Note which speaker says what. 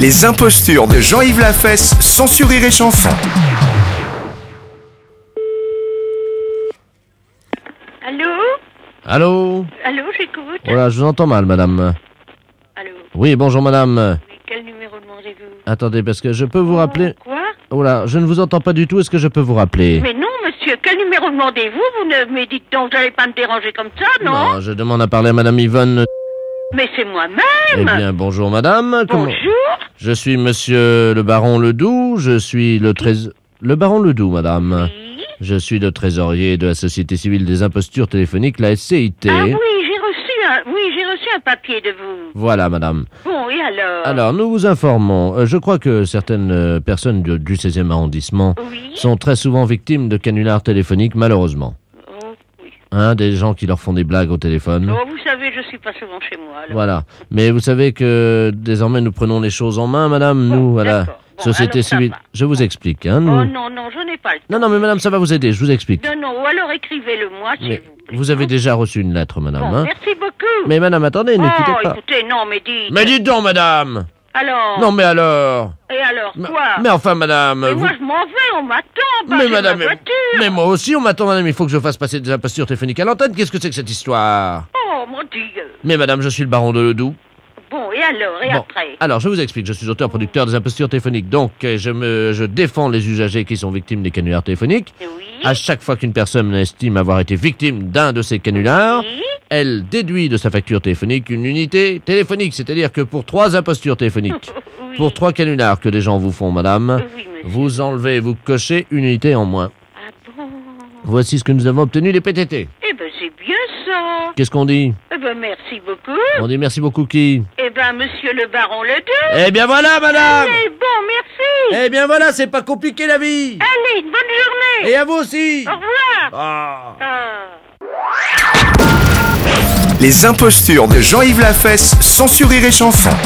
Speaker 1: Les impostures de Jean-Yves Lafesse, censuré et chanson.
Speaker 2: Allô
Speaker 3: Allô
Speaker 2: Allô, j'écoute.
Speaker 3: Voilà, je vous entends mal, madame.
Speaker 2: Allô
Speaker 3: Oui, bonjour, madame.
Speaker 2: Oui, Quel numéro demandez-vous
Speaker 3: Attendez, parce que je peux vous rappeler...
Speaker 2: Quoi
Speaker 3: Oh là, je ne vous entends pas du tout, est-ce que je peux vous rappeler
Speaker 2: Mais non, monsieur, quel numéro demandez-vous Vous ne me dites donc, vous n'allez pas me déranger comme ça, non,
Speaker 3: je demande à parler à madame Yvonne.
Speaker 2: Mais c'est moi-même
Speaker 3: Eh bien, bonjour, madame. Comment-
Speaker 2: Bonjour
Speaker 3: Je suis monsieur le baron Ledoux, je suis le trésor... Le baron Ledoux, madame.
Speaker 2: Oui.
Speaker 3: Je suis le trésorier de la Société Civile des Impostures Téléphoniques, la SCIT.
Speaker 2: Ah oui, j'ai reçu un... Oui, j'ai reçu un papier de vous.
Speaker 3: Voilà, madame.
Speaker 2: Bon, et alors
Speaker 3: Alors, nous vous informons. Euh, je crois que certaines euh, personnes du, du 16e arrondissement
Speaker 2: Oui
Speaker 3: sont très souvent victimes de canulars téléphoniques, malheureusement.
Speaker 2: oh, oui.
Speaker 3: Hein, des gens qui leur font des blagues au téléphone.
Speaker 2: Oh, vous savez, je suis pas souvent chez moi, alors.
Speaker 3: Voilà. Mais vous savez que désormais nous prenons les choses en main, madame, nous, à la
Speaker 2: d'accord. Bon,
Speaker 3: Société
Speaker 2: alors ça
Speaker 3: Civile.
Speaker 2: va.
Speaker 3: Je vous explique, hein,
Speaker 2: Oh
Speaker 3: nous.
Speaker 2: non, non, je n'ai pas le temps.
Speaker 3: Non, non, mais madame, ça va vous aider, je vous explique.
Speaker 2: Non, non, ou alors écrivez-le moi, s'il
Speaker 3: Mais
Speaker 2: vous plaît.
Speaker 3: vous avez déjà reçu une lettre, madame,
Speaker 2: Bon,
Speaker 3: hein.
Speaker 2: merci beaucoup.
Speaker 3: Mais madame, attendez, ne
Speaker 2: oh,
Speaker 3: quittez pas.
Speaker 2: écoutez, non, mais dites.
Speaker 3: Mais dites donc, madame
Speaker 2: Alors
Speaker 3: Non, mais alors
Speaker 2: Et alors,
Speaker 3: Mais,
Speaker 2: quoi
Speaker 3: mais enfin, madame,
Speaker 2: Mais
Speaker 3: Bah, vous-
Speaker 2: moi, je m'en vais, on m'attend, pas
Speaker 3: Mais
Speaker 2: j'ai
Speaker 3: madame,
Speaker 2: ma
Speaker 3: mais,
Speaker 2: voiture.
Speaker 3: mais moi aussi, on m'attend, madame. Il faut que je fasse passer des impostures téléphoniques à l'antenne. Qu'est-ce que c'est que cette histoire
Speaker 2: Oh, mon Dieu.
Speaker 3: Mais madame, je suis le baron de Ledoux.
Speaker 2: Bon, et alors, et
Speaker 3: Bon,
Speaker 2: après
Speaker 3: Alors, je vous explique. Je suis auteur-producteur des impostures téléphoniques. Donc, euh, je, me, je défends les usagers qui sont victimes des canulars téléphoniques.
Speaker 2: Oui
Speaker 3: À chaque fois qu'une personne estime avoir été victime d'un de ces canulars,
Speaker 2: Oui
Speaker 3: elle déduit de sa facture téléphonique une unité téléphonique. C'est-à-dire que pour trois impostures téléphoniques,
Speaker 2: Oui,
Speaker 3: pour trois canulars que les gens vous font, madame,
Speaker 2: oui, monsieur.
Speaker 3: vous enlevez, vous cochez une unité en moins.
Speaker 2: Ah bon
Speaker 3: Voici ce que nous avons obtenu des PTT.
Speaker 2: Eh ben, c'est bien ça.
Speaker 3: Qu'est-ce qu'on dit
Speaker 2: Eh ben, merci beaucoup.
Speaker 3: On dit merci beaucoup qui
Speaker 2: Eh ben, monsieur le baron Ledoux.
Speaker 3: Eh bien voilà, madame
Speaker 2: Allez, bon, merci.
Speaker 3: Eh bien voilà, c'est pas compliqué la vie
Speaker 2: Allez, bonne journée.
Speaker 3: Et à vous aussi
Speaker 2: Au revoir.
Speaker 3: Ah.
Speaker 2: Ah.
Speaker 1: Les impostures de Jean-Yves Lafesse, censuré et chanson.